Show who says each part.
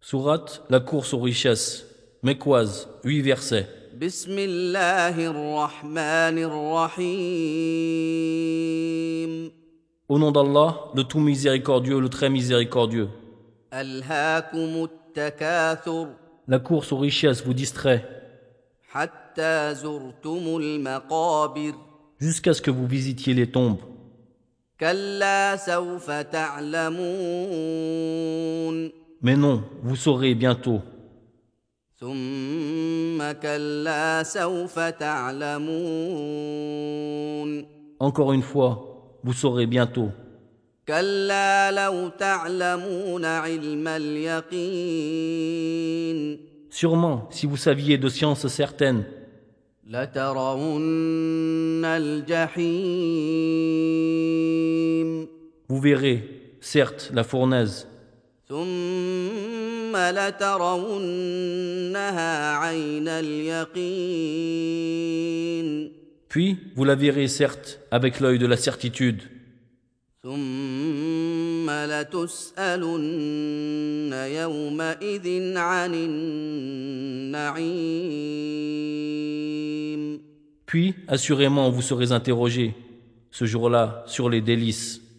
Speaker 1: Sourate La course aux richesses. Mekwaz, 8 versets.
Speaker 2: بسم الله الرحمن الرحيم
Speaker 1: Au nom d'Allah, le tout miséricordieux, le très miséricordieux.
Speaker 2: ألهاكم التكاثر
Speaker 1: La course aux richesses vous distrait
Speaker 2: حتى زرتم المقابر
Speaker 1: jusqu'à ce que vous visitiez les tombes.
Speaker 2: كلا سوف تعلمون
Speaker 1: Mais non, vous saurez bientôt.
Speaker 2: ثم كلا سوف تعلمون
Speaker 1: Encore une fois, vous saurez bientôt.
Speaker 2: كلا لو تعلمون علم اليقين
Speaker 1: Sûrement, si vous saviez de sciences certaines,
Speaker 2: لترون الجحيم
Speaker 1: vous verrez, certes, la fournaise,
Speaker 2: ثم لترونها عين اليقين
Speaker 1: puis vous la verrez, certes, avec l'œil de la certitude,
Speaker 2: ثم لتسالن يومئذ عن النعيم
Speaker 1: puis, assurément, vous serez interrogé, ce jour-là, sur les délices.